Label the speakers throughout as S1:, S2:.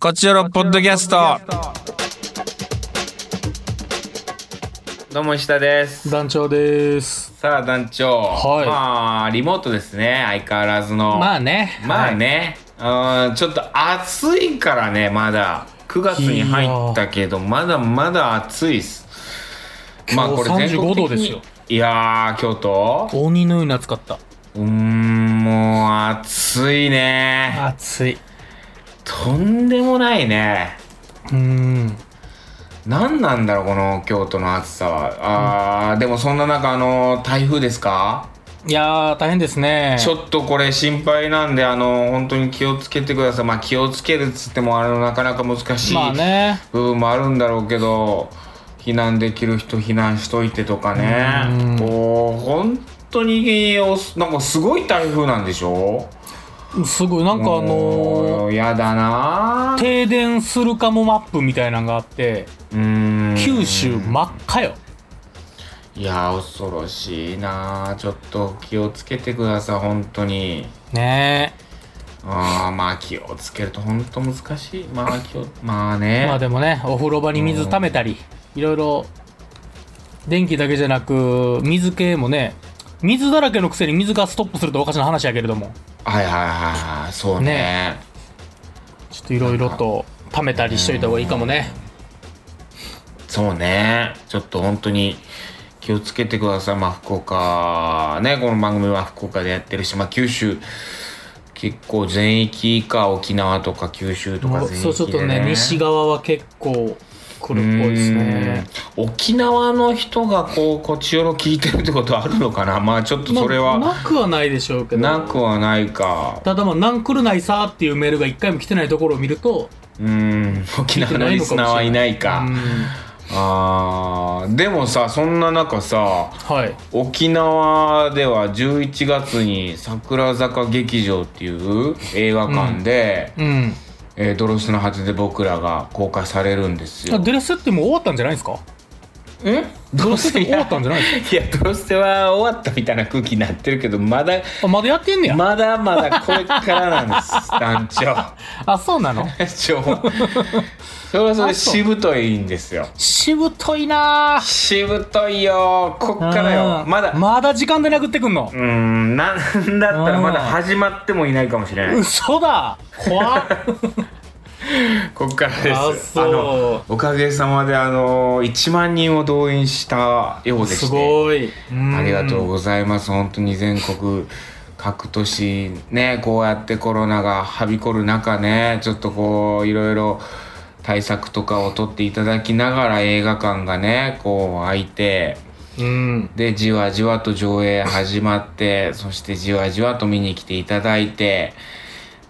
S1: こちらのポッドキャスト。
S2: どうも石田です。
S3: 団長です。
S2: さあ団長、
S3: はい
S2: まあリモートですね相変わらずの。
S3: まあね。
S2: まあね、うんちょっと暑いからねまだ9月に入ったけどまだまだ暑いっす。
S3: 35度ですよ。
S2: いやー京都
S3: はい。鬼のように暑かった。
S2: うーんもう暑いね
S3: 暑い。
S2: とんでもないね
S3: うん。
S2: 何なんだろうこの京都の暑さはあー、でもそんな中あの台風ですか
S3: いやー、大変ですね。
S2: ちょっとこれ心配なんであの本当に気をつけてくださいまあ気をつけるっつってもあのなかなか難しい
S3: まあね。
S2: 部分もあるんだろうけど避難できる人避難しといてとかねもう本当におなんかすごい台風なんでしょ
S3: すごい、なんかあのー、
S2: もうやだなぁ
S3: 停電するかもマップみたいなのがあって、
S2: うーん
S3: 九州真っ赤よ。
S2: いや恐ろしいなぁちょっと気をつけてください本当に
S3: ね
S2: あーまあ気をつけると本当難しいまあ気をまあ
S3: え。
S2: ね
S3: まあでもね、お風呂場に水溜めたり、いろいろ、電気だけじゃなく、水系もね、水だらけのくせに水がストップするとおかしな話やけれども、
S2: はいはいはいはいそうね
S3: ねちょっといろいろと溜めたりしといた方がいいかもね。
S2: そうねちょっと本当に気をつけてくださいまあ福岡ねこの番組は福岡でやってるしまあ九州結構全域か沖縄とか九州とか全域で、ね、
S3: そうちょっとね西側は結構来るっぽいですね
S2: うん沖縄の人がこうこちよろ聞いてるってことはあるのかなまあちょっとそれ
S3: まあ
S2: は
S3: なくはないでしょうけど
S2: なくはないか
S3: ただまあ「なん来るないさ」っていうメールが一回も来てないところを見ると
S2: うん沖縄のリスナーはいないか
S3: うん
S2: あーでもさそんな中さ
S3: はい
S2: 沖縄では11月に桜坂劇場っていう映画館で、
S3: うん
S2: えードロスの果てで僕らが公開されるんですよ。
S3: デレスってもう終わったんじゃないですか
S2: え
S3: ドロスって終わったんじゃないです
S2: いやドロステは終わったみたいな空気になってるけどまだ
S3: かあまだやってんねや、
S2: まだまだこれからなんです団長
S3: あそうなの
S2: ちょそれはそれ
S3: あそう
S2: しぶといんですよ
S3: しぶといなぁ
S2: しぶといよこっからよ
S3: うん
S2: まだ
S3: まだ時間で殴ってくんの
S2: うーんななんだったらまだ始まってもいないかもしれない
S3: 嘘だ怖っ
S2: こっからで
S3: あ
S2: す。あ
S3: そう
S2: のおかげさまであの1万人を動員したようでし
S3: す
S2: て、
S3: ごい
S2: ありがとう
S3: う
S2: ございます。本当に全国各都市ねこうやってコロナがはびこる中ねちょっとこういろいろ対策とかを取っていただきながら映画館がねこう開いて
S3: うん
S2: でじわじわと上映始まってそしてじわじわと見に来ていただいて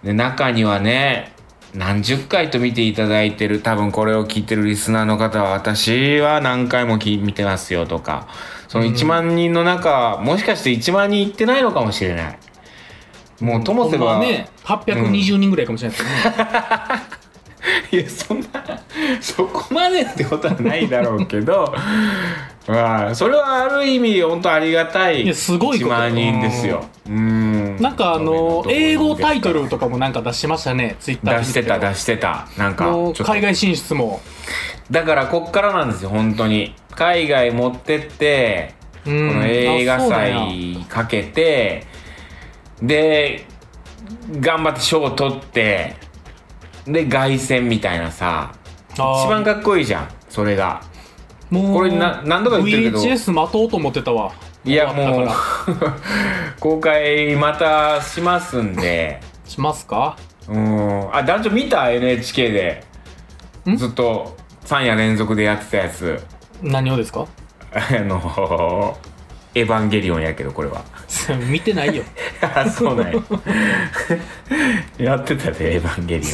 S2: で中にはね何十回と見ていただいてる多分これを聞いてるリスナーの方は私は何回もき見てますよとかその1万人の中、もしかして1万人行ってないのかもしれないもうともせ
S3: ほんまは
S2: ば、
S3: ね820人ぐらいかもしれないですけどね、
S2: いやそんなそこまでってことはないだろうけどまあそれはある意味本当ありがたい
S3: いやすごい
S2: 1
S3: こと
S2: 万人ですようん
S3: なんかあの
S2: どういう
S3: 英語タイト
S2: どういう
S3: ルとかもなんか出してましたねツイッター
S2: 出してた出
S3: し
S2: してたなんか
S3: もう
S2: ちょっと
S3: 海外進出も
S2: だからこっからなんですよ本当に海外持ってって
S3: こ
S2: この映画祭かけて、で頑張って賞を取ってで凱旋みたいなさ
S3: 一
S2: 一番かっこいいじゃんそれが
S3: もう
S2: これな何度か言ってるけど
S3: VHS 待とうと思ってたわ
S2: いや
S3: 終わ
S2: も
S3: っ
S2: う
S3: たか
S2: 公開またしますんで
S3: らしますか
S2: うんあ団長見た NHK で
S3: ん
S2: ずっと3夜連続でやってたやつ
S3: 何をですか
S2: あのエヴァンゲリオンやけどこれは
S3: 見てないよ
S2: あそうなんや やってたでエヴァンゲリオ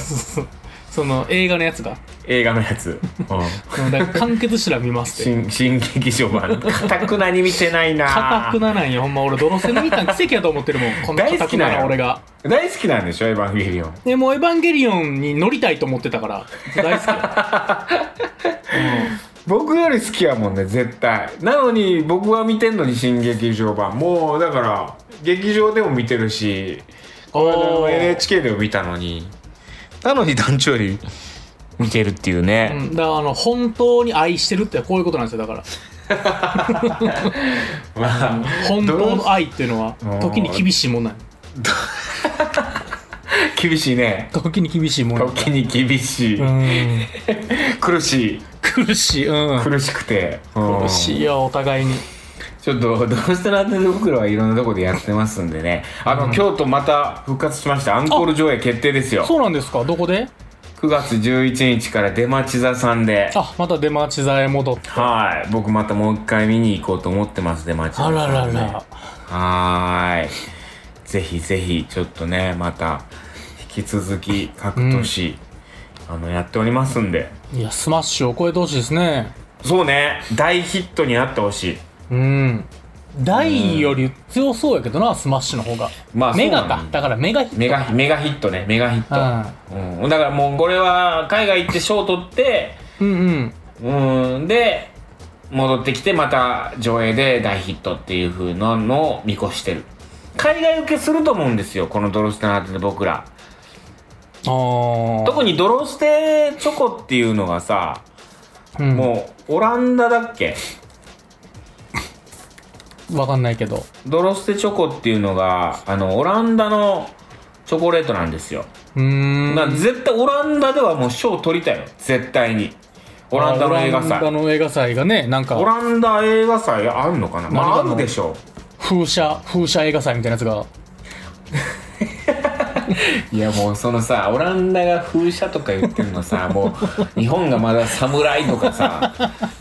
S2: ン
S3: その映画のやつが
S2: 映画のやつ、うん
S3: うんだから完結したら見ます って
S2: 新新劇場版かたくなに見てないな
S3: かたくなないよほんま俺泥瀬の見たん奇跡やと思ってるもんこんなか
S2: 大好
S3: た
S2: き
S3: く
S2: な
S3: なん
S2: や
S3: な俺が
S2: 大好きなんでしょエヴァンゲリオン
S3: でもうエヴァンゲリオンに乗りたいと思ってたから大好きよ
S2: 僕より好きやもんね絶対なのに僕は見てんのに新劇場版もうだから劇場でも見てるしこの間
S3: お
S2: の
S3: ー
S2: NHK でも見たのになのに団長より見てるっていうね、
S3: うん、だからあの本当に愛してるってこういうことなんですよだから
S2: まあ
S3: 本当の愛っていうのは
S2: どう
S3: 時に厳しいもんなん
S2: 厳しいね
S3: 時に厳しいもんなん
S2: 時に厳しい、
S3: うん
S2: 苦しい
S3: 苦しいうん
S2: 苦しくて、
S3: 苦しいよお互いに
S2: ちょっとどうしてなんで袋はいろんなとこでやってますんでねあの、京都また復活しましたアンコール上映決定ですよ
S3: そうなんですかどこで
S2: 9月11日から出町座さんで
S3: あまた出町座へ戻って
S2: はい僕またもう一回見に行こうと思ってます出町座さ
S3: あ
S2: んで
S3: ららら
S2: はーいぜひぜひちょっとねまた引き続き各都市、あのやっておりますんで
S3: いやスマッシュを超えてほしいですね
S2: そうね大ヒットになってほしい
S3: うん大より強そうやけどなスマッシュの方が
S2: まあ
S3: メガ
S2: そうな
S3: か
S2: んだ
S3: だからメガヒット
S2: メガメガヒットねメガヒット、うん、だからもうこれは海外行って賞取って
S3: うんうんうん
S2: うんで戻ってきてまた上映で大ヒットっていう風なのを見越してる海外受けすると思うんですよこの「ドロステナーテ」で僕ら
S3: ああ
S2: 特に「ドロステチョコ」っていうのがさ
S3: も
S2: もうオランダだっけ
S3: うんわかんないけど
S2: ドロステチョコっていうのがあのオランダのチョコレートなんですよ
S3: うーん
S2: な絶対オランダではもう賞取りたいよ絶対にオランダの映画
S3: オランダ
S2: 祭
S3: の映画祭がねなん
S2: オ
S3: か
S2: ランダ映画祭あるのかなまああ
S3: 何が
S2: るでしょ
S3: 風車風車映画祭みたいなやつが
S2: ういやもうそのさオランダが風車とか言ってるのさもう日本がまだ侍とか さ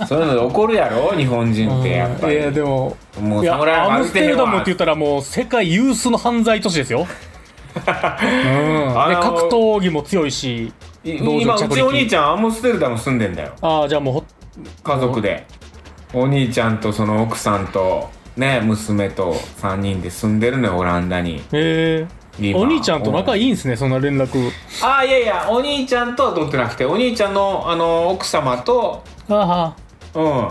S2: そういうので怒るやろ日本人ってやっぱ
S3: うんいや
S2: り
S3: でも
S2: もう
S3: いや
S2: 侍は
S3: ア
S2: ま
S3: ム
S2: ず
S3: ス
S2: て
S3: テ
S2: へ
S3: ル
S2: ん
S3: ダムっ
S2: わ
S3: て言ったらもう世界有数の犯罪都市ですようんで
S2: の
S3: 格闘技も強いし
S2: 今うちお兄ちゃんアムステルダム住んでんだよ
S3: ああじゃあもうほ
S2: 家族でお兄ちゃんとその奥さんとね娘と3人で住んでるのよオランダに
S3: へえ
S2: 今
S3: お兄ちゃんと仲いいんすねそんな連絡
S2: ああいやいやお兄ちゃんとは取ってなくてお兄ちゃんのあの奥様と
S3: ああ
S2: うん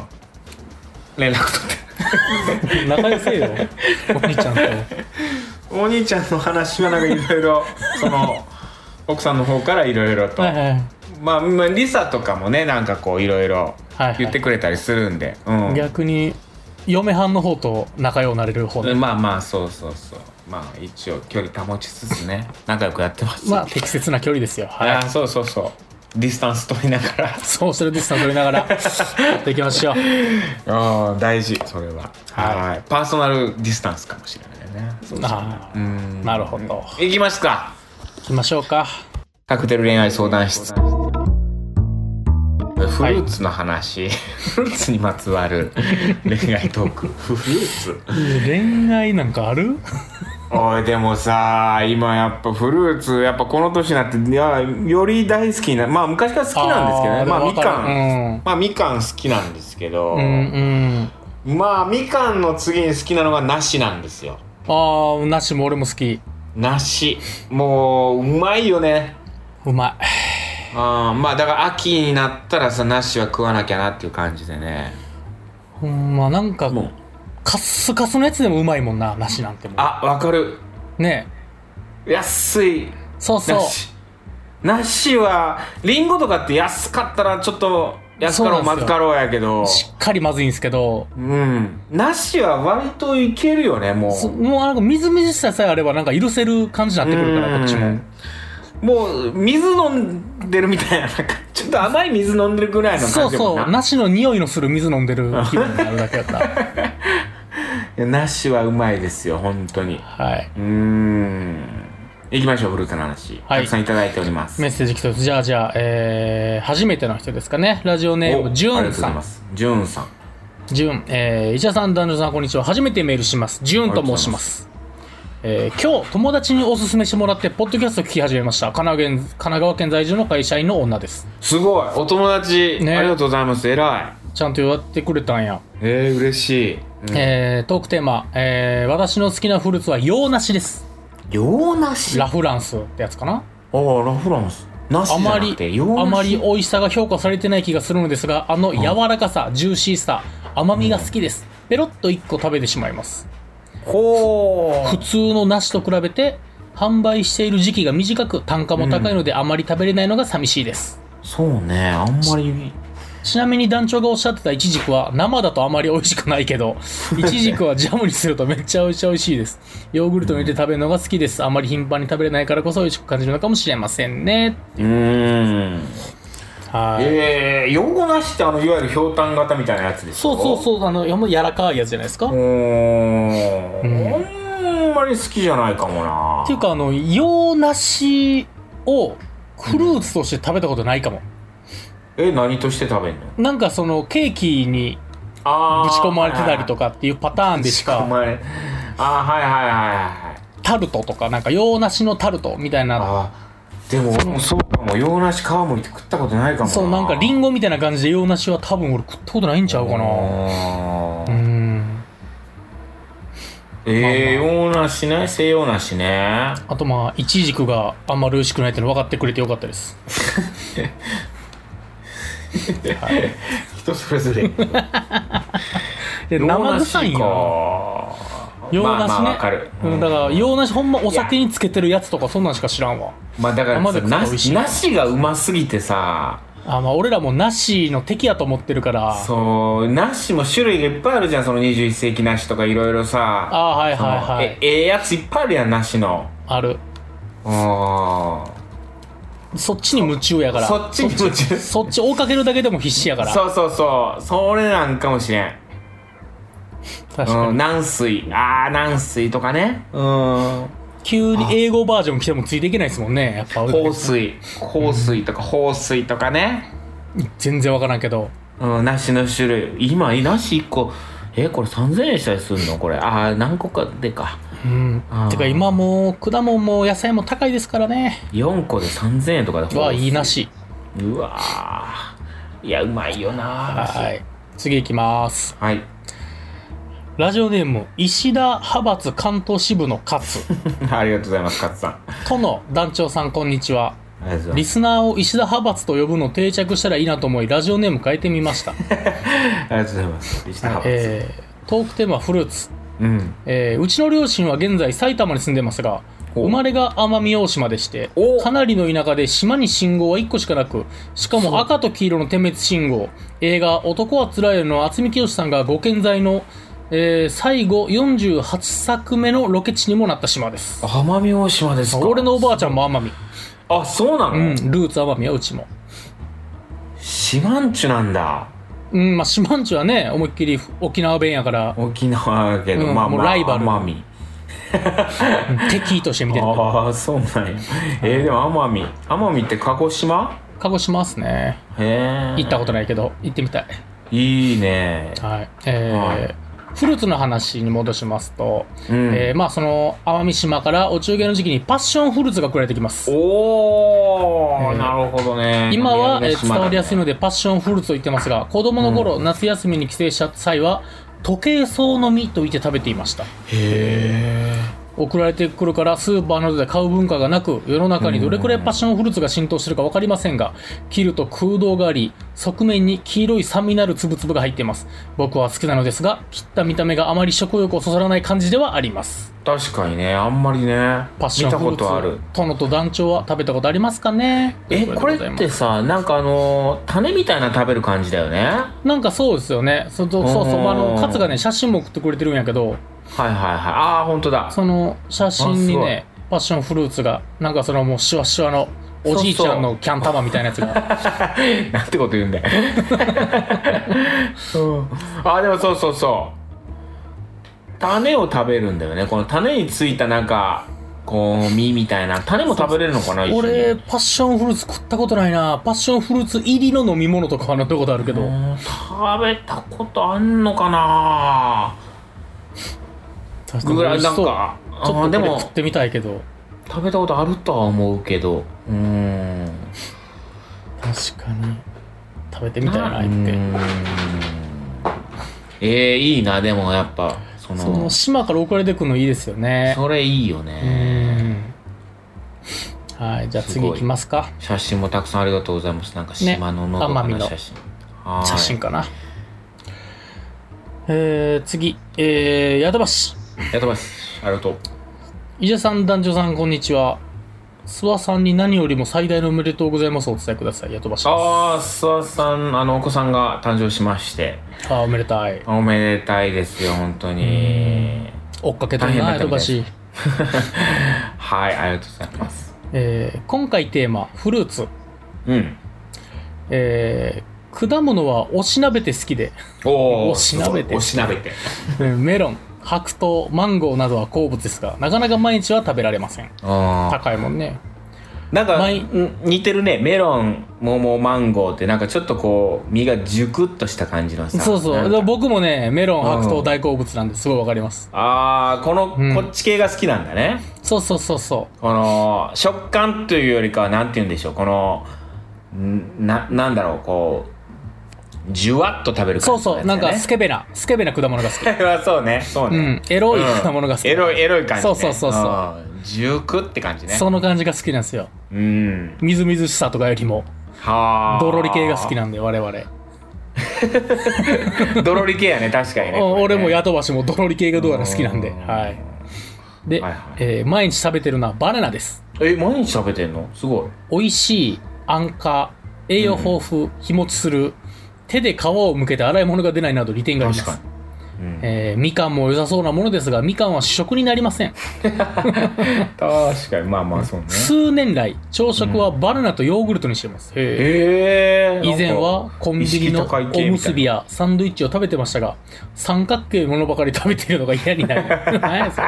S2: 連絡取って
S3: 仲良せよお兄ち ゃんと
S2: お兄ちゃんの話はなんかいろい ろその奥さんの方からいろいろと、
S3: はいはい
S2: まあまあリサとかもねなんかこういろいろ
S3: はいはい
S2: 言ってくれたりするんで、
S3: 逆に嫁はんの方と仲良くなれる方
S2: う
S3: で
S2: んまあまあそうそうそうまあ一応距離保ちつつ ね仲良くやってます、
S3: まあ適切な距離ですよ
S2: あ
S3: はい
S2: ーそうそうそうディスタンス取りながら
S3: そうそれでスタン取りなが らやっていきましょう
S2: あー大事それは
S3: はい
S2: はいパーソナルディスタンスかもしれないねそうそう
S3: ああ
S2: うん
S3: なるほど
S2: いきますか
S3: 行きましょうか
S2: カクテル恋愛相談室フルーツの話、 フルーツにまつわる恋愛トー クフルーツ
S3: 恋愛なんかある
S2: おいでもさ今やっぱフルーツやっぱこの年になっていやより大好きなまあ昔から好きなんですけどねまあみかん、
S3: ん
S2: まあみかん好きなんですけど、
S3: うんうん
S2: まあみかんの次に好きなのが梨なんですよ
S3: ああなしも俺も好き
S2: 梨もううまいよね
S3: うまい
S2: あーまあだから秋になったらさ梨は食わなきゃなっていう感じでね
S3: ほんまなんか
S2: もう
S3: カッスカスのやつでもうまいもんな梨なんても
S2: あわかる
S3: うね
S2: 安い
S3: えそうそう
S2: 梨梨はリンゴとかって安かったらちょっと安かろう
S3: そうなん
S2: ま
S3: です
S2: ず
S3: よ
S2: かろうやけど
S3: しっかりまずいんですけど
S2: うん梨は割といけるよねもう
S3: そもうなんかみずみずしささえあればなんか許せる感じになってくるからこっちも
S2: もう水飲んでるみたいななんか ちょっと甘い水飲んでるぐらいの
S3: そ
S2: 感
S3: う
S2: じだもん
S3: そ
S2: な
S3: う梨の匂いのする水飲んでる気分になるだけやった
S2: いや梨はうまいですよ本当に
S3: はいう
S2: ーん行きましょう古川の話、
S3: はい
S2: たくさんいただいております
S3: メッセージ来てますじゃあじゃあ、えー、初めての人ですかねラジオネームじゅ
S2: おあり
S3: ん
S2: が
S3: さ
S2: とうござい
S3: ん
S2: ますジュンさん
S3: ジュン、えー、石田さん、男女さん、こんにちは。初めてメールします。ジュンと申します。えー今日、友達におすすめしてもらって、ポッドキャストを聞き始めました。神奈川県神奈川県在住の会社員の女です。
S2: すごいお友達、
S3: ね
S2: ありがとうございます偉い
S3: ちゃんとやってくれたんや。
S2: えー、嬉しい、
S3: えートークテーマ、えー私の好きなフルーツは洋梨です。
S2: 洋梨
S3: ラフランスってやつかな
S2: ああラフランス梨
S3: あ
S2: じゃ
S3: ま
S2: な
S3: り
S2: くて洋、梨
S3: あまり美味しさが評価されてない気がするのですが、あの柔らかさ、ジューシーさ、甘みが好きです。ペロッと1個食べてしまいます。
S2: ほ
S3: 普
S2: う
S3: 通の梨と比べて販売している時期が短く単価も高いのであまり食べれないのが寂しいです、
S2: そうねあんまり
S3: ちなみに団長がおっしゃってたイチジクは生だとあまり美味しくないけ ど、イチジクはジャムにするとめっちゃ美味しい美味しいです。ヨーグルトに入れて食べるのが好きです。あまり頻繁に食べれないからこそ美味しく感じるのかもしれませんね。
S2: うーん
S3: はい。
S2: えー、用語なしってあのいわゆるひょうたん型みたいなやつでし
S3: そ
S2: ょ
S3: うそうそう、あの、や柔らかいやつじゃないですか。
S2: う
S3: っ
S2: ーん
S3: う
S2: あんまり好きじゃないかもな
S3: ていうか、あの、洋梨をフルーツとして食べたことないかも。
S2: え何として食べんの
S3: なんかその、ケーキに
S2: あ
S3: ぶ
S2: ー
S3: ち込まれてたりとかっていうパターンでし
S2: ぶち込
S3: か、
S2: まれあーはいはいはいはいはい
S3: タルトとか、なんか洋梨のタルトみたいな、
S2: あーでも俺もそうかも洋梨皮むいて食ったことないかも
S3: そう、なんかリ
S2: ゴ
S3: ンゴみたいな感じで洋梨は多分俺食ったことないんちゃうかな。うん。
S2: えー、洋梨ね西洋梨ね
S3: あとまあ、イチジクがあんまり美味しくないっていうの分かってくれてよかったです。
S2: 人それぞれ
S3: で、生臭いん
S2: か
S3: よ。洋梨ね、
S2: まあまあわかる、
S3: うん、だから洋梨ほんまお酒につけてるやつとかそんなんしか知らんわ
S2: まあだから
S3: 生で食ったら美味しい
S2: 梨梨がうますぎてさ
S3: あまあ俺らもなしの敵やと思ってるから
S2: そう梨も種類がいっぱいあるじゃんその21世紀梨とかいろいろさ
S3: あはいはいはい
S2: そのえええやついっぱいあるやん梨の
S3: ある
S2: う
S3: そっちに夢中やか
S2: ん
S3: ら
S2: そっちに夢中
S3: そっち追いかけるだけでも必死やから
S2: そうそうそうそれなんかもしれん
S3: 確かに、
S2: うん軟水ああ軟水とかねうん
S3: 急に英語バージョン来てもついていけないですもんねやっぱ
S2: 香水香水とか香水とかね
S3: 全然わからんけど
S2: うん梨の種類今梨1個えこれ3000円したりするのこれああ何個かでか
S3: うん
S2: あー
S3: てか今もう果物も野菜も高いですからね
S2: 4個で3000円とかで
S3: わあいいなし
S2: うわーいやうまいよな
S3: はい次いきます
S2: はい
S3: ラジオネーム石田派閥関東支部の勝
S2: ありがとうございます勝さんあ
S3: との団長さんこんにちは
S2: りがとうございま
S3: リ
S2: す
S3: スナーを石田派閥と呼ぶの定着したらいいなと思いラジオネーム変えてみま した、
S2: ありがとうございますリスナー派閥
S3: えートークテーマはフルーツ、
S2: うん
S3: えーうちの両親は現在埼玉に住んでますが
S2: お
S3: 生まれが奄美大島でして
S2: お
S3: かなりの田舎で島に信号は1個しかなくしかも赤と黄色の点滅信号映画「男はつらいよ」の渥美清さんがご健在の、えー最後48作目のロケ地にもなった島です
S2: 奄美大島ですか
S3: 俺のおばあちゃんも奄美
S2: あそうなの、
S3: うんルーツ奄美はうちも
S2: 島んちゅなんだ
S3: うんまあ島んちはね思いっきり沖縄弁やから
S2: 沖縄だけど、
S3: うん
S2: まあ
S3: もう
S2: まあ
S3: ライバル
S2: 奄美
S3: 敵として見てる
S2: ああそうなんやえー、でも奄美奄美って鹿児島
S3: 鹿児島っすね
S2: へえ
S3: 行ったことないけど行ってみたい
S2: いいね
S3: はいえー
S2: はい
S3: フルーツの話に戻しますと、
S2: うん
S3: えーまあその奄美島からお中元の時期にパッションフルーツが送られてきます
S2: おー、
S3: えー
S2: なるほどね
S3: 今は、えー伝わりやすい
S2: の
S3: のでパッションフルーツと言ってますが子供の頃、夏休みに帰省した際は時計草の実と言って食べていました
S2: へえ
S3: 送られてくるからスーパーなどで買う文化がなく世の中にどれくらいパッションフルーツが浸透してるか分かりませんが切ると空洞があり側面に黄色い酸味のある粒々が入っています僕は好きなのですが切った見た目があまり食欲をそそらない感じではあります
S2: 確かにねあんまりね
S3: パッション
S2: 見た
S3: フ
S2: こ
S3: ル
S2: とあ
S3: ー
S2: る
S3: ツ殿と団長は食べたことありますかね
S2: え
S3: という
S2: これ
S3: とでござい
S2: っ
S3: ます
S2: てさなんかあのー種みたいなの食べる感じだよねは
S3: なんかそうですよねそそうそうそう
S2: うん
S3: あのカツがね写真も送ってくれてるんやけど
S2: いはいはいああ本当だ
S3: その写真に
S2: あす
S3: ねパッションフルーツがなんかそのもうシワシワのおじいちゃんのキャン玉みたいなやつが
S2: なんてこと言うんだよ、ああでもそうそうそう種を食べるんだよねこの種についたなんかこう実みたいな種も食べれるのかな一緒に
S3: 俺パッションフルーツ食ったことないなパッションフルーツ入りの飲み物とかは飲んだことあるけど、
S2: うん食べたことあんのかな
S3: 確
S2: ぐらいなん
S3: そう
S2: か
S3: ちょ
S2: あ
S3: っ
S2: ーで
S3: とこれ
S2: も
S3: 食ってみたいけど
S2: 食べたことあるとは思うけどうーん
S3: 確かに食べてみたいな
S2: う
S3: 言って
S2: ーんえー、いいなでもやっぱその
S3: その島から送られてくるのいいですよね
S2: それいいよ
S3: う
S2: ね
S3: んはいじゃあ次行きますか
S2: 写真もたくさんありがとうございますなんか
S3: ね
S2: 島ののどかな写真、はーい
S3: 写真かなえー、次えー、ヤドバシ
S2: やってますありがとう
S3: 伊者さん団長さんこんにちは諏訪さんに何よりも最大のおめでとうございますをお伝えください。やとばしま
S2: ああ、諏訪さん、あの、お子さんが誕生しまして、
S3: す。ああ、おめでたい。
S2: おめでたいですよ、本当に。
S3: 追っかけてる
S2: 大変だ
S3: な、
S2: っ
S3: やと
S2: たみた
S3: ば
S2: いです
S3: し。
S2: はい、ありがとうございます。
S3: えー今回テーマ、フルーツ。
S2: うん。
S3: えー果物はおしなべて好きで、
S2: お
S3: おしなべて
S2: おしなべて。
S3: うんメロン、白桃、マンゴーなどは好物ですが、なかなか毎日は食べられません。
S2: あ
S3: 高いもんね。
S2: ーなんか、
S3: 毎
S2: ん似てるね。メロン、桃、マンゴーって、なんかちょっとこう、実が熟っとした感じのさ。
S3: そうそう。
S2: な
S3: だ
S2: ん
S3: か
S2: から
S3: 僕もね、メロン、白
S2: う
S3: 桃
S2: ん
S3: 大好物なんですごいわかります。
S2: ああ、この、
S3: うん
S2: こっち系が好きなんだね。
S3: そうそうそうそ
S2: この、食感というよりかは、なんて言うんでしょう。この、んな、なんだろう、こう、じゅわっと食べる
S3: う。そ
S2: 感
S3: う
S2: じの
S3: そう。
S2: やつ
S3: な
S2: だ
S3: ん
S2: ね、
S3: かスケベな、スケベな果物が好き。
S2: それは そうね。そう
S3: う
S2: ね。
S3: ん。エロい果物が好き。
S2: エロい、エロい感じ、ね。。
S3: そうそうそうそうん
S2: 熟って感じね。
S3: その感じが好きなんですよ。
S2: うん。
S3: みずみずしさとかよりも、
S2: はあ。
S3: ドロリ系が好きなんで、我々。
S2: ドロリ系やね、確かにね。
S3: うん俺も
S2: や
S3: ヤトバシもドロリ系がどうやら好きなんで。
S2: うん
S3: はい。で、
S2: はいはい
S3: えー毎日食べてるのはバナナです。
S2: え、毎日食べてんのすごい。
S3: 美味しい、安価、栄養豊富、日持ちする、手で皮を剥けて洗い物が出ないなど利点がありま
S2: 確
S3: す
S2: か。に。うん
S3: えーみかんも良さそうなものですが、みかんは主食になりません。
S2: 確かに、まあまあそうね。
S3: 数年来、朝食はバナナとヨーグルトにしています。へー
S2: ええ
S3: 以前はコンビニのおむすびやサンドイッチを食べてましたが三角形のものばかり食べているのが嫌にな り何やそれ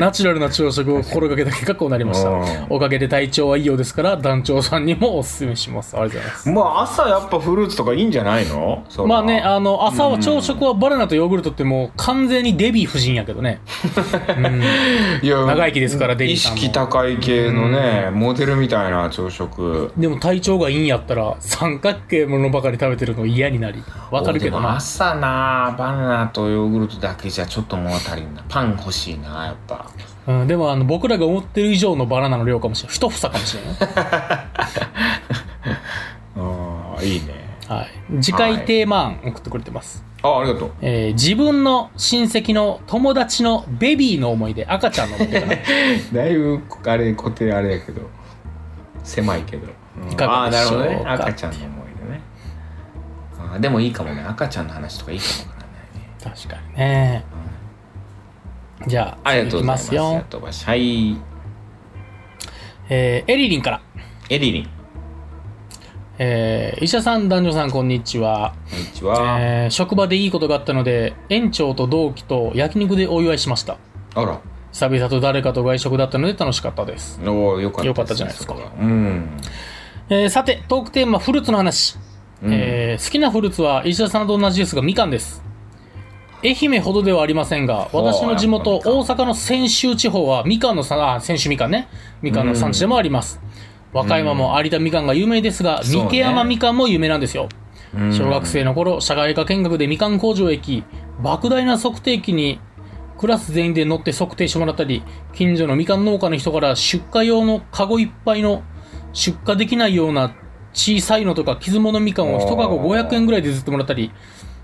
S3: ナチュラルな朝食を心がけた結果こうなりました
S2: うん
S3: おかげで体調はいいようですから団長さんにもおすすめしますありがとうございます
S2: まあ朝やっぱフルーツとかいいんじゃないのそら
S3: まあねあの朝は朝食はバナナとヨーグルトってもう完全にデビー夫人やけどね、うん
S2: いや
S3: 長生きですからデリー
S2: 意
S3: さんも
S2: 識高い系のね、モデルみたいな朝食。
S3: でも体調がいいんやったら三角形のものばかり食べてるの嫌になりわかるけど
S2: でも
S3: な
S2: 朝な、バナナとヨーグルトだけじゃちょっと物足りんな。パン欲しいな、やっぱ。
S3: うん、でもあの僕らが思ってる以上のバナナの量かもしれない一房かもしれない、
S2: ああ、いいね。
S3: はい、次回テーマ案送ってくれてます、
S2: あ、ありがとう。
S3: えー自分の親戚の友達のベビーの思い出赤ちゃんの思い出 かな
S2: だいぶあれ固定あれやけど狭いけど、
S3: いかがでしょうか
S2: あーなるほどね赤ちゃんの思い出ねあーでもいいかもね赤ちゃんの話とかいいかもわからないね
S3: 確かにねじゃあ
S2: ありがとうございます
S3: 次行き
S2: や
S3: よ、
S2: とばしはい
S3: えーエリリンから、
S2: エリリンこ
S3: えー医者さん男女さんこんにちは、
S2: んにちは、
S3: えー職場でいいことがあったので園長と同期と焼肉でお祝いしました
S2: あら
S3: 久々と誰かと外食だったので楽しかったです
S2: おーよかった
S3: よかったじゃないですか
S2: そこがうん、
S3: えーさて、トークテーマ、フルーツの話。
S2: うん
S3: えー好きなフルーツは石田さんと同じですが、みかんです。愛媛ほどではありませんが、
S2: う
S3: 私の地元
S2: や、っぱみ
S3: 大阪の泉州地方は、みかんの産、あ、泉州みかんね。みかんの産地でもあります。和歌山も有田みかんが有名ですが、
S2: そうね
S3: 三毛山みかんも有名なんですよ。
S2: うん
S3: 小学生の頃、社外科見学でみかん工場へ行き、莫大な測定器にクラス全員で乗って測定してもらったり、近所のみかん農家の人から出荷用のカゴいっぱいの出荷できないような小さいのとか傷物みかんを1カゴ500円ぐらいで譲ってもらったり、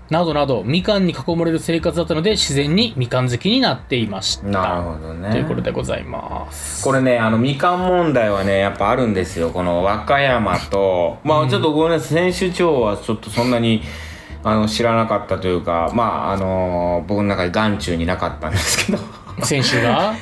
S3: などなど、みかんに囲まれる生活だったので、自然にみかん好きになっていました。
S2: なるほどね
S3: ということでございます。
S2: これね、あの、みかん問題はね、やっぱあるんですよ。この和歌山と、まあちょっとごめんなさい、選手長はちょっとそんなに、あの、知らなかったというか、まああの僕の中で眼中になかったんですけど。
S3: 選手が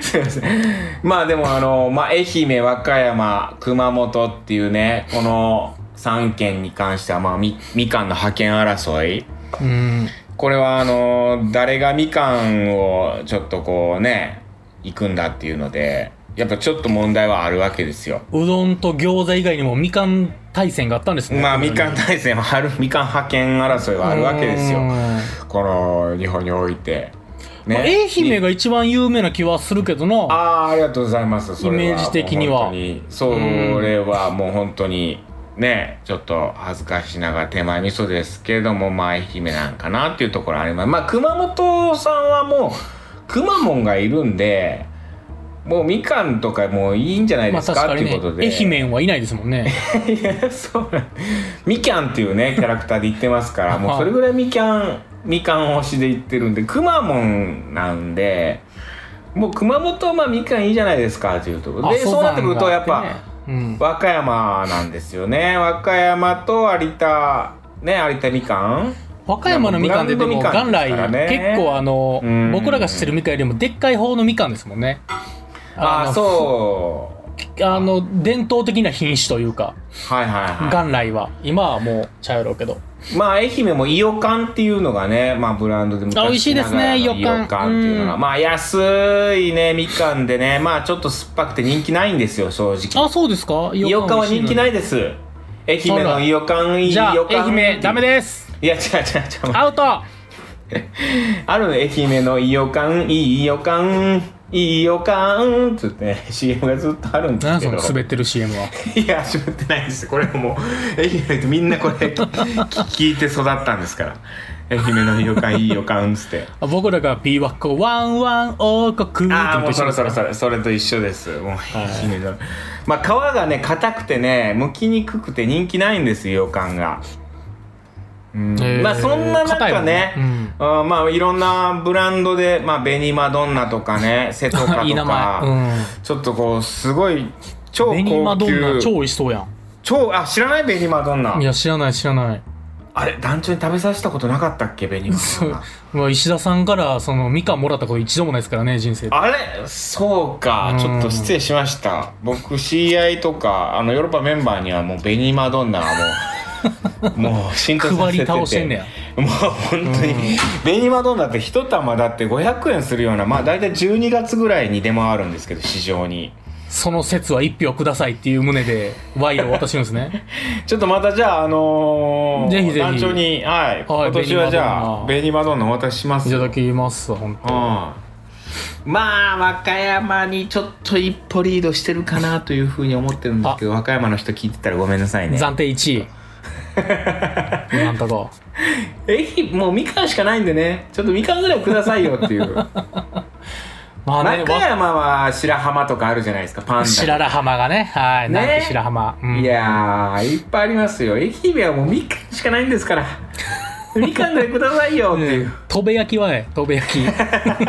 S2: すいません。まあでもあのまあ愛媛、和歌山、熊本っていうね、この3県に関しては、まあみ、みかんの覇権争い。
S3: うん。
S2: これはあの誰がみかんをちょっとこうね行くんだっていうのでやっぱちょっと問題はあるわけですよ
S3: うどんと餃子以外にもみかん対戦があったんですね。
S2: まあみかん大戦はあ るみかん覇権争いはあるわけです
S3: う
S2: よ
S3: ん
S2: この日本においてね、
S3: まあ愛媛が一番有名な気はするけどな。
S2: ああありがとうございますそれは
S3: イメージ的には
S2: もう本当にそれはもう本当にねちょっと恥ずかしながら手前味噌ですけどもまあ愛媛なんかなっていうところありますまあ熊本さんはもうくまモンがいるんでもうみかんとかもういいんじゃない
S3: ま
S2: で
S3: あ
S2: す
S3: 確
S2: か、
S3: かに
S2: ってい
S3: ね
S2: うこと、で
S3: 愛媛はいないですもんね。
S2: いやそうなんみきゃんっていうねキャラクターで言ってます からもうそれぐらいみきゃんみかん推しで言ってるんでくまモンなんでもう熊本はまあみかんいいじゃないですかというところで
S3: 阿蘇
S2: そうなってくると
S3: 山
S2: やっ
S3: があ
S2: ぱ、
S3: てねうん、
S2: 和歌山なんですよね和歌山と有田ね有田みかん
S3: 和歌山のみかんってでも
S2: ブラ
S3: 元
S2: ンドみかんです
S3: 来
S2: からね
S3: 結構あの
S2: うん
S3: 僕らが知ってるみかんよりもでっかい方のみかんですもんね
S2: ああ
S3: の
S2: そう
S3: あの伝統的な品種というか
S2: はいはいはい
S3: 元来は今はもうちゃうやろうけど
S2: まあ愛媛も伊予柑っていうのがね、まあ、ブランドで昔
S3: あ美味しいですね
S2: ながらの
S3: 伊予柑
S2: 伊予柑っていうのが、
S3: うん
S2: まあ安いねみかんでねまあちょっと酸っぱくて人気ないんですよ正直
S3: あそうですか
S2: 伊予柑は人気ないいです愛媛の伊予柑伊
S3: じ
S2: 予
S3: ゃあ
S2: 柑
S3: 愛媛ダメです
S2: いや違う違う違う
S3: アウ ト
S2: あるの愛媛のいい予感いい予感いい予感つって、ね、CM がずっとあるんです
S3: 何
S2: け
S3: その
S2: ど
S3: 滑ってる CM はい
S2: や始まってないですこれもう愛媛の人みん なこれ聞聞いて育ったんですから愛媛のいい予感いい予感つって
S3: あ僕らが P ワッコワンワン王国
S2: ああもうそろそ ろ
S3: ろ
S2: それそれと一緒ですもう愛媛の、まあ皮がね硬くてね剥きにくくて人気ないんですよ予感がうん
S3: へー
S2: まあそんな
S3: 硬いも
S2: 中
S3: ん
S2: ね
S3: ねうん
S2: あーまあいろんなブランドで、まあ、ベニマドンナとかねセトカと か
S3: いい名前うん
S2: ちょっとこうすごい超
S3: ベニマ
S2: 高
S3: ドンナ
S2: 級
S3: 超美味しそうや
S2: 超あ知らないベニマドンナ
S3: んいや知らない知らない
S2: あれ団長に食べさせたことなかったっけベニマドンナ
S3: まあ石田さんからそのみかんもらったこと一度もないですからね人生で
S2: あれそうか
S3: うん
S2: ちょっと失礼しました僕 CI とかあのヨーロッパメンバーにはもうベニマドンナはも うもう浸透させてて
S3: 配り倒してんねや
S2: もう本当に、ベニマドンナって一玉だって500円するようなまあ大体12月ぐらいに出回るんですけど市場に
S3: その説は一票くださいっていう旨で賄賂を渡してるんです ね
S2: ちょっとまたじゃああのー、
S3: ぜひぜひ
S2: 団長にはい、今年はじゃあベ
S3: ベ
S2: ニマドンナお渡しします
S3: いた
S2: よ
S3: だきます本当
S2: うんまあ和歌山にちょっと一歩リードしてるかなというふうに思ってるんですけど和歌山の人聞いてたらごめんなさいね
S3: 暫定1位 今んとこ
S2: えひもうみかんしかないんでねちょっとみかんぐらいくださいよって いう
S3: ま
S2: 和
S3: あね
S2: 歌山は白浜とかあるじゃないですかパンダ
S3: わ白良浜がねはい
S2: ね
S3: なんて白浜、うん
S2: いやーいっぱいありますよ愛媛はもうみかんしかないんですから みかんぐらいくださいよっていう
S3: とべ焼きはえとべ焼き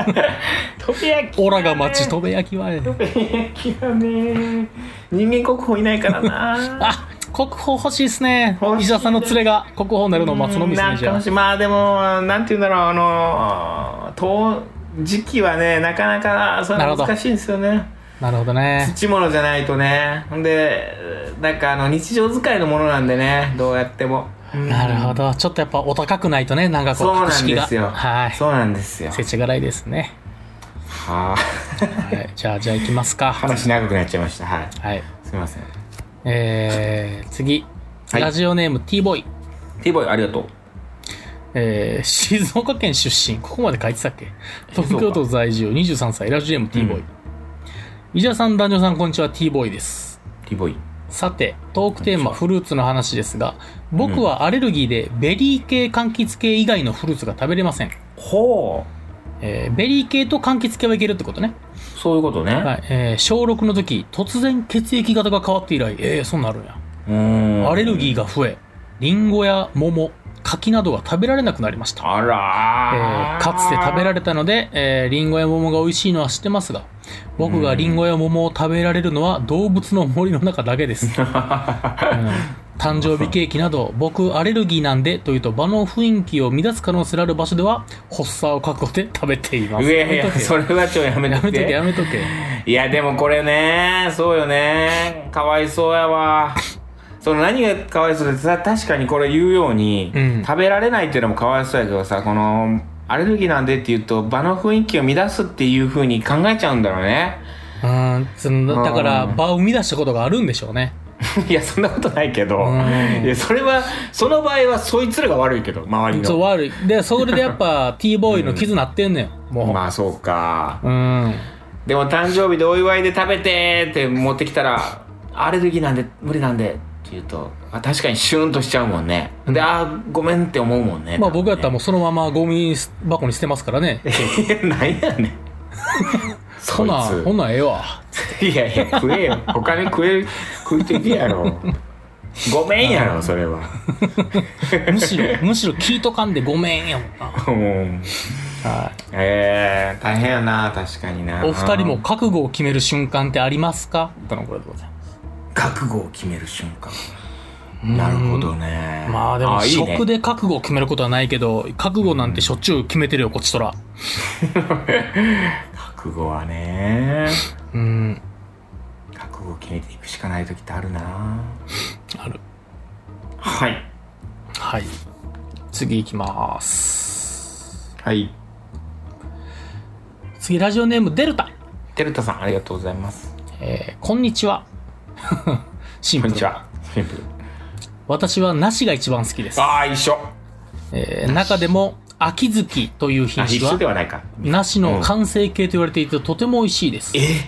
S2: とべ焼きはね
S3: オラが待ちとべ焼きはえ
S2: とべ焼きはね人間国宝いないからな
S3: あ国宝欲しいですね
S2: 欲しい
S3: 石田さんの連れが国宝になるのを待つのみです
S2: う
S3: ね
S2: ん
S3: じゃ
S2: な
S3: あ
S2: んかもしまあでもなんて言うんだろうあのと時期はねなかなかそれ
S3: なる
S2: は
S3: ほど
S2: 難しいんですよね
S3: なるほどね
S2: 土物じゃないとねほんでなんかあの日常使いのものなんでねどうやっても、うん
S3: なるほどちょっとやっぱお高くないとねなんかこう
S2: そうなん
S3: 格
S2: で
S3: が
S2: すよ
S3: はい
S2: そうなんですよ
S3: せちがらいですね、
S2: はあ
S3: はい、じゃあじゃあ行きますか
S2: 話長くなっちゃいましたはい
S3: はい
S2: すみません
S3: えー、次、
S2: はい
S3: ラジオネーム T ボーイ、
S2: T ボーイありがとう
S3: えー、静岡県出身ここまで書いてたっけ東京都在住23歳ラジオネーム T ボーイ、
S2: うん
S3: 伊者さん男女さんこんにちは T ボーイです
S2: T ボーイ
S3: さてトークテーマフルーツの話ですが僕はアレルギーでベリー系柑橘系以外のフルーツが食べれません、
S2: ほ
S3: えーベリー系と柑橘系はいけるってことね
S2: うそういうことね、
S3: はい、えー小6の時突然血液型が変わって以来えー、そんなんあるんや
S2: うーん
S3: アレルギーが増えリンゴや桃柿などが食べられなくなりました、
S2: あ
S3: え
S2: らー、
S3: ーかつて食べられたので、えーリンゴや桃が美味しいのは知ってますが僕がリンゴや桃を食べられるのは動物の森の中だけ です、うん誕生日ケーキなど僕アレルギーなんでというと場の雰囲気を乱す可能性のある場所では発作を覚悟で食べています
S2: いやい
S3: や
S2: や
S3: めとけ
S2: それはちょやめ
S3: や
S2: と
S3: め
S2: い
S3: と
S2: て
S3: けやめとけ
S2: いやでもこれねそうよねかわいそうやわその何がかわいそうでさ確かにこれ言うように、
S3: うん
S2: 食べられないっていうのもかわいそうやけどさこのアレルギーなんでって言うと場の雰囲気を乱すっていうふうに考えちゃうんだろうね
S3: うんそのだから
S2: うん
S3: 場を生み出したことがあるんでしょうね
S2: いやそんなことないけど、
S3: うん
S2: いやそれはその場合はそいつらが悪いけど周り
S3: そう
S2: の
S3: 悪いでそれでやっぱ T ボーイの傷なってんねん、もう、
S2: まあそうか
S3: うん
S2: でも誕生日でお祝いで食べてって持ってきたらアレルギーなんで無理なんでって言うとあ確かにシュンとしちゃうもんねであーごめんって思うもんね
S3: まあ僕や ったらも
S2: う
S3: うそのままゴミ箱に捨てますからね
S2: 何やねん
S3: ほ
S2: そい
S3: なほなええわ
S2: ついやいや食えよ他に食え食いていけやろごめんやろそれ は
S3: むしろむしろ聞いとかんでごめんやもんな
S2: うん
S3: は、
S2: えー、大変やな確かにない
S3: お二人も覚悟を決める瞬間ってありますかとのことでございます
S2: 覚悟を決める瞬間なるほどね
S3: まあでも
S2: いいね
S3: 食で覚悟を決めることはないけど覚悟なんてしょっちゅう決めてるよこっちとら
S2: 覚悟はね
S3: うん
S2: 覚悟を決めていくしかない時ってあるな
S3: ある
S2: はい
S3: はい次いきます
S2: はい
S3: 次ラジオネームデルタ、
S2: デルタさんありがとうございます
S3: えーこんにちは シンプ
S2: こん
S3: ル
S2: にちはシンプル
S3: 私は梨が一番好きです、
S2: ああ一緒
S3: えー中でも秋月という
S2: あ
S3: 品種
S2: 一緒
S3: は
S2: ではないか
S3: 梨の完成形と言われていてとても美味しいです
S2: え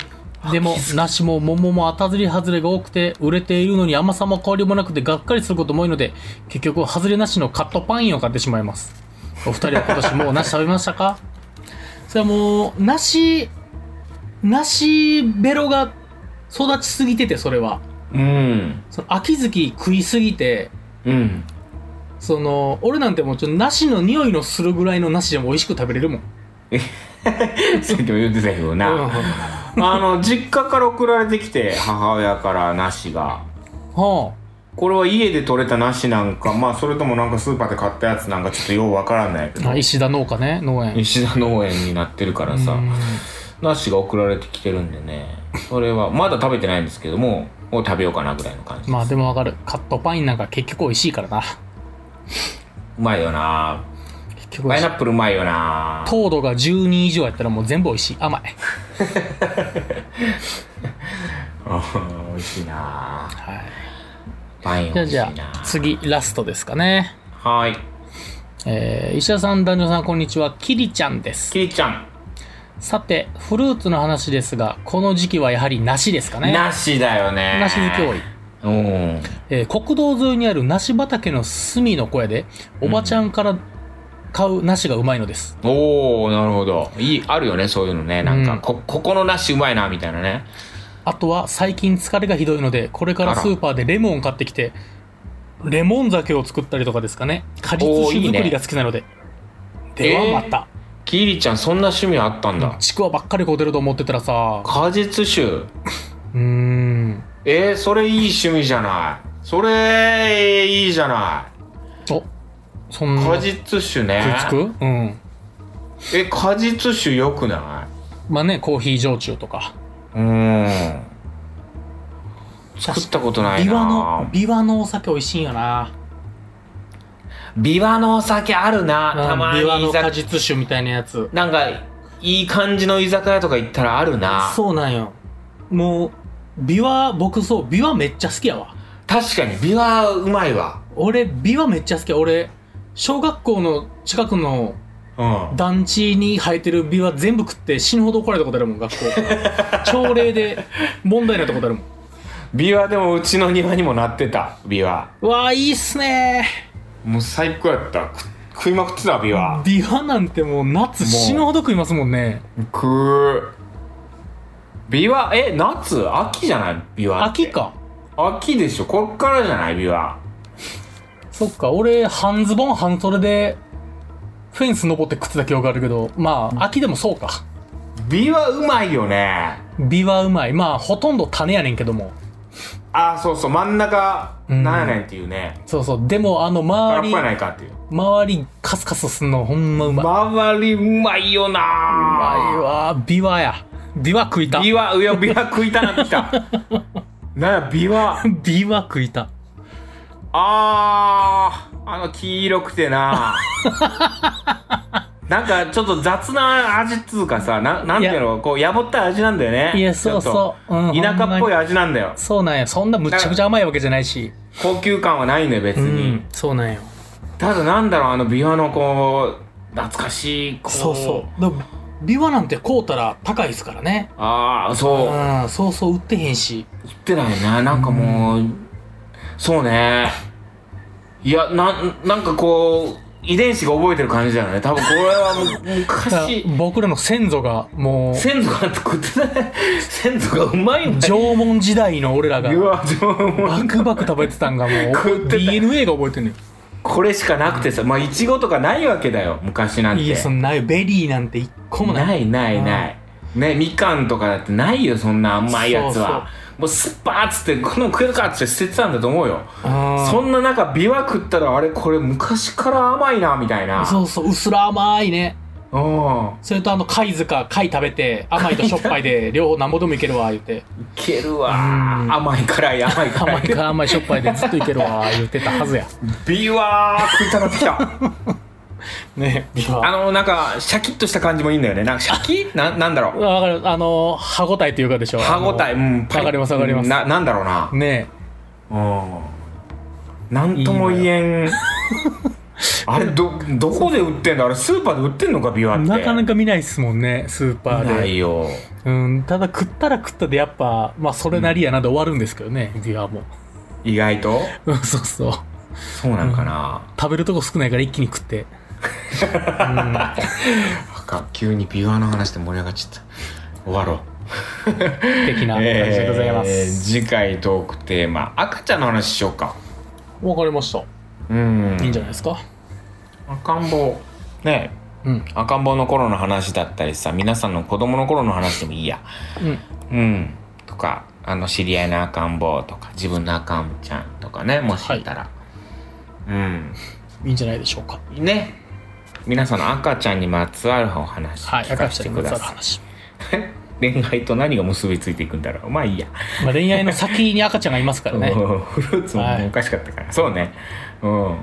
S3: でも梨も桃も当たり外れが多くて売れているのに甘さも香りもなくてがっかりすることも多いので結局外れなしのカットパインを買ってしまいますお二人は今年もう梨食べましたか それはもう梨梨ベロが育ちすぎててそれは
S2: うん
S3: その秋月食いすぎて
S2: うん
S3: その俺なんてもうちょっと梨の匂いのするぐらいの梨でも美味しく食べれるも ん
S2: さっきも言ってたけどな、
S3: うん
S2: あの実家から送られてきて母親から梨が
S3: は
S2: これは家で採れた梨なんかまあそれともなんかスーパーで買ったやつなんかちょっとようわからないけど
S3: あ、石田農家ね農園
S2: 石田農園になってるからさ
S3: うん
S2: 梨が送られてきてるんでねそれはまだ食べてないんですけどももう食べようかなぐらいの感じです、
S3: まあでもわかるカットパインなんか結局美味しいからな
S2: うまいよな
S3: 結局美
S2: パイ
S3: 味し
S2: ナ
S3: い
S2: ップルうまいよな
S3: 糖度が12以上やったらもう全部美味しい甘い
S2: うん美味しいな
S3: はい
S2: パイン
S3: じ
S2: 美
S3: ゃあ
S2: 味しい
S3: じゃ
S2: な
S3: あ次ラストですかね
S2: はい
S3: えー、石田さん男女さんこんにちはキリちゃんです
S2: キリちゃん
S3: さてフルーツの話ですがこの時期はやはり梨ですかね
S2: 梨だよね
S3: 梨好き多い
S2: うん
S3: えー国道沿いにある梨畑の隅の小屋でおばちゃんから買う梨がうまいのです、
S2: おおなるほどいいあるよねそういうのねなんか、
S3: うん
S2: こここの梨うまいなみたいなね
S3: あとは最近疲れがひどいのでこれから
S2: あら
S3: スーパーでレモン買ってきてレモン酒を作ったりとかですかね果実
S2: おーい
S3: 酒
S2: いね
S3: 作りが好きなのでではまた、
S2: キリちゃんそんな趣味あったんだ、
S3: ちくわばっかりこう出ると思ってたらさ
S2: 果実酒
S3: うーん
S2: えー、それいい趣味じゃないそれいいじゃな
S3: おそん
S2: い
S3: な
S2: 果実酒ね
S3: 食いつくうん
S2: え果実酒よくな
S3: まあねコーヒー焼酎とか
S2: いうーん作ったことない
S3: 琵琶
S2: な
S3: の琵琶のお酒美味しいんやな
S2: ビワのお酒あるなたま
S3: うん琵琶
S2: に
S3: の
S2: 居酒
S3: 果実酒みたいなやつ
S2: なんかいい感じの居酒屋とか行ったらあるな
S3: そうなんよもう琵琶僕そう琵琶めっちゃ好きやわ
S2: 確かにビワうまいわ
S3: 俺琵琶めっちゃ好き俺小学校の近くの
S2: うん
S3: 団地に生えてる琵琶全部食って死ぬほど怒られたことあるもん学校から朝礼で問題になったことあるもん
S2: ビワでもうちの庭にもなってたビワ
S3: うわあいいっすね
S2: もう最高やったく食いまくってたビワ
S3: 琵琶なんてもう夏死ぬほど食いますもんね
S2: くビワえ夏秋じゃないビワって
S3: 秋か
S2: 秋でしょこっからじゃないビワ
S3: そっか俺半ズボン半袖でフェンス登って食ってた記憶あるけどまあ秋でもそうか
S2: ビワうまいよね
S3: 琵琶うまいまあほとんど種やねんけども
S2: あそうそう真ん中
S3: うん
S2: なんやねんっていうね
S3: そうそうでもあの
S2: 空
S3: 周
S2: っ
S3: り
S2: ぽやないかっていう
S3: 周りカスカスすんのほんまうまい。う
S2: 周りうまいよなう
S3: まいわ。ビワや。ビワ食いた。
S2: ビワうよビワ食いたなってき たなんやビワ
S3: ビワ食いた。
S2: あーあの黄色く てななんかちょっと雑な味っつうかさななんていうのこうやぼったい味なんだよね
S3: いや、そうそう。う
S2: ちょっと
S3: ん
S2: 田舎っぽ
S3: ほ
S2: い。
S3: んまに
S2: 味なんだよ
S3: そうなんや。そんなむちゃくちゃ甘いわけじゃないし。
S2: 高級感はないんだよ別
S3: う
S2: に、
S3: ん。そうなんよ。
S2: ただなんだろうあのビワのこう懐かしいこう
S3: そうそう。でもビワなんて買うたら高いですからね。
S2: ああそう、売
S3: うん。そうそう売ってへんし。
S2: ってないななんかもう、そうねいやなんなんかこう遺伝子が覚えてる感じだよね多分これはも う昔
S3: 僕らの先祖がもう、
S2: 先祖が食ってない先祖がうまいんだよ
S3: 縄文時代の俺らが
S2: う。わ縄文
S3: バクバク食べてたんがも
S2: 食っ
S3: う
S2: てた
S3: DNA が覚えてんねん
S2: これしかなくてさまあいちごとかないわけだよ昔なんて
S3: いやそんないベリーなんて一個もない
S2: ないないないねみかんとかだってないよそんな甘いやつはもうスッパーっつってこの食えるかっつって捨ててたんだと思うよ
S3: うん
S2: そんな中琵琶食ったらあれこれ昔から甘いなみたいな
S3: そうそううすら甘いね
S2: うん
S3: それとあの貝塚貝食べて甘いとしょっぱ いで両方なんぼでもいけるわ言うて
S2: いけるわ
S3: うん
S2: 甘い辛い甘い辛
S3: 甘
S2: い
S3: いか甘いしょっぱいでずっといけるわ言うてたはずや
S2: 琵琶食いたなってきた
S3: ねビワ
S2: あのなんかシャキッとした感じもいいんだよねなんかシャキななんだろう
S3: わかるあの歯応えというかでしょ
S2: 歯応えうんパリッ
S3: わかりますわかります
S2: ななんだろうな
S3: えね
S2: うんなんとも言えん あれどどこで売ってんだあれスーパーで売ってんのか琵琶
S3: え
S2: って
S3: なかなか見ないっすもんねスーパー
S2: な
S3: で
S2: いよ
S3: うんただ食ったら食ったでやっぱまあそれなりやなで終わるんですけどねビワも
S2: 意外と
S3: うんそうそう
S2: そうなんかな、
S3: 食べるとこ少ないから一気に食って
S2: なんか急に琵琶の話で盛り上がっちゃった終わろう
S3: 的な感じでございま
S2: え
S3: す
S2: ー次回トークテーマ赤ちゃんの話しようか
S3: わかりました
S2: うん
S3: いいんじゃないですか
S2: 赤ん坊ね
S3: うん
S2: 赤ん坊の頃の話だったりさ皆さんの子供の頃の話でもいいや
S3: うん
S2: うんとかあの知り合いの赤ん坊とか自分の赤んちゃんとかねもしいたら、
S3: いいんじゃないでしょうか
S2: うんね皆さんの赤ちゃんにまつわるお話
S3: はい
S2: 聞
S3: 赤
S2: か
S3: ち
S2: せ
S3: ゃん
S2: て
S3: に
S2: く
S3: まつわ
S2: だ
S3: る
S2: さい、
S3: 話
S2: 恋愛と何が結びついていくんだろうまあいいや
S3: まあ恋愛の先に赤ちゃんがいますからね
S2: うんフルーツもおかしかったから、そうねうん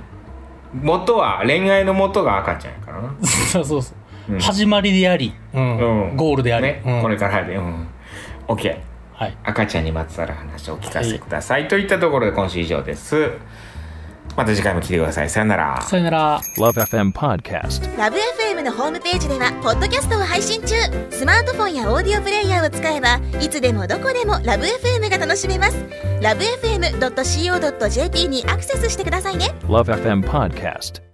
S2: 元は恋愛の元が赤ちゃんやからな
S3: そうそうそううん始まりでありうん
S2: うん
S3: ゴールであり
S2: ね、
S3: うん
S2: これからでうん OK
S3: はい
S2: 赤ちゃんにまつわる話をお聞かせください、といったところで今週以上ですまた次回も聞いてくださいさよなら
S3: さよなら
S1: Love FM Podcast.
S4: ラブ f m のホームページではポッドキャストを配信中スマートフォンやオーディオプレイヤーを使えばいつでもどこでもラブ f m が楽しめますラブ FM.co.jp にアクセスしてくださいね
S1: Love FM Podcast.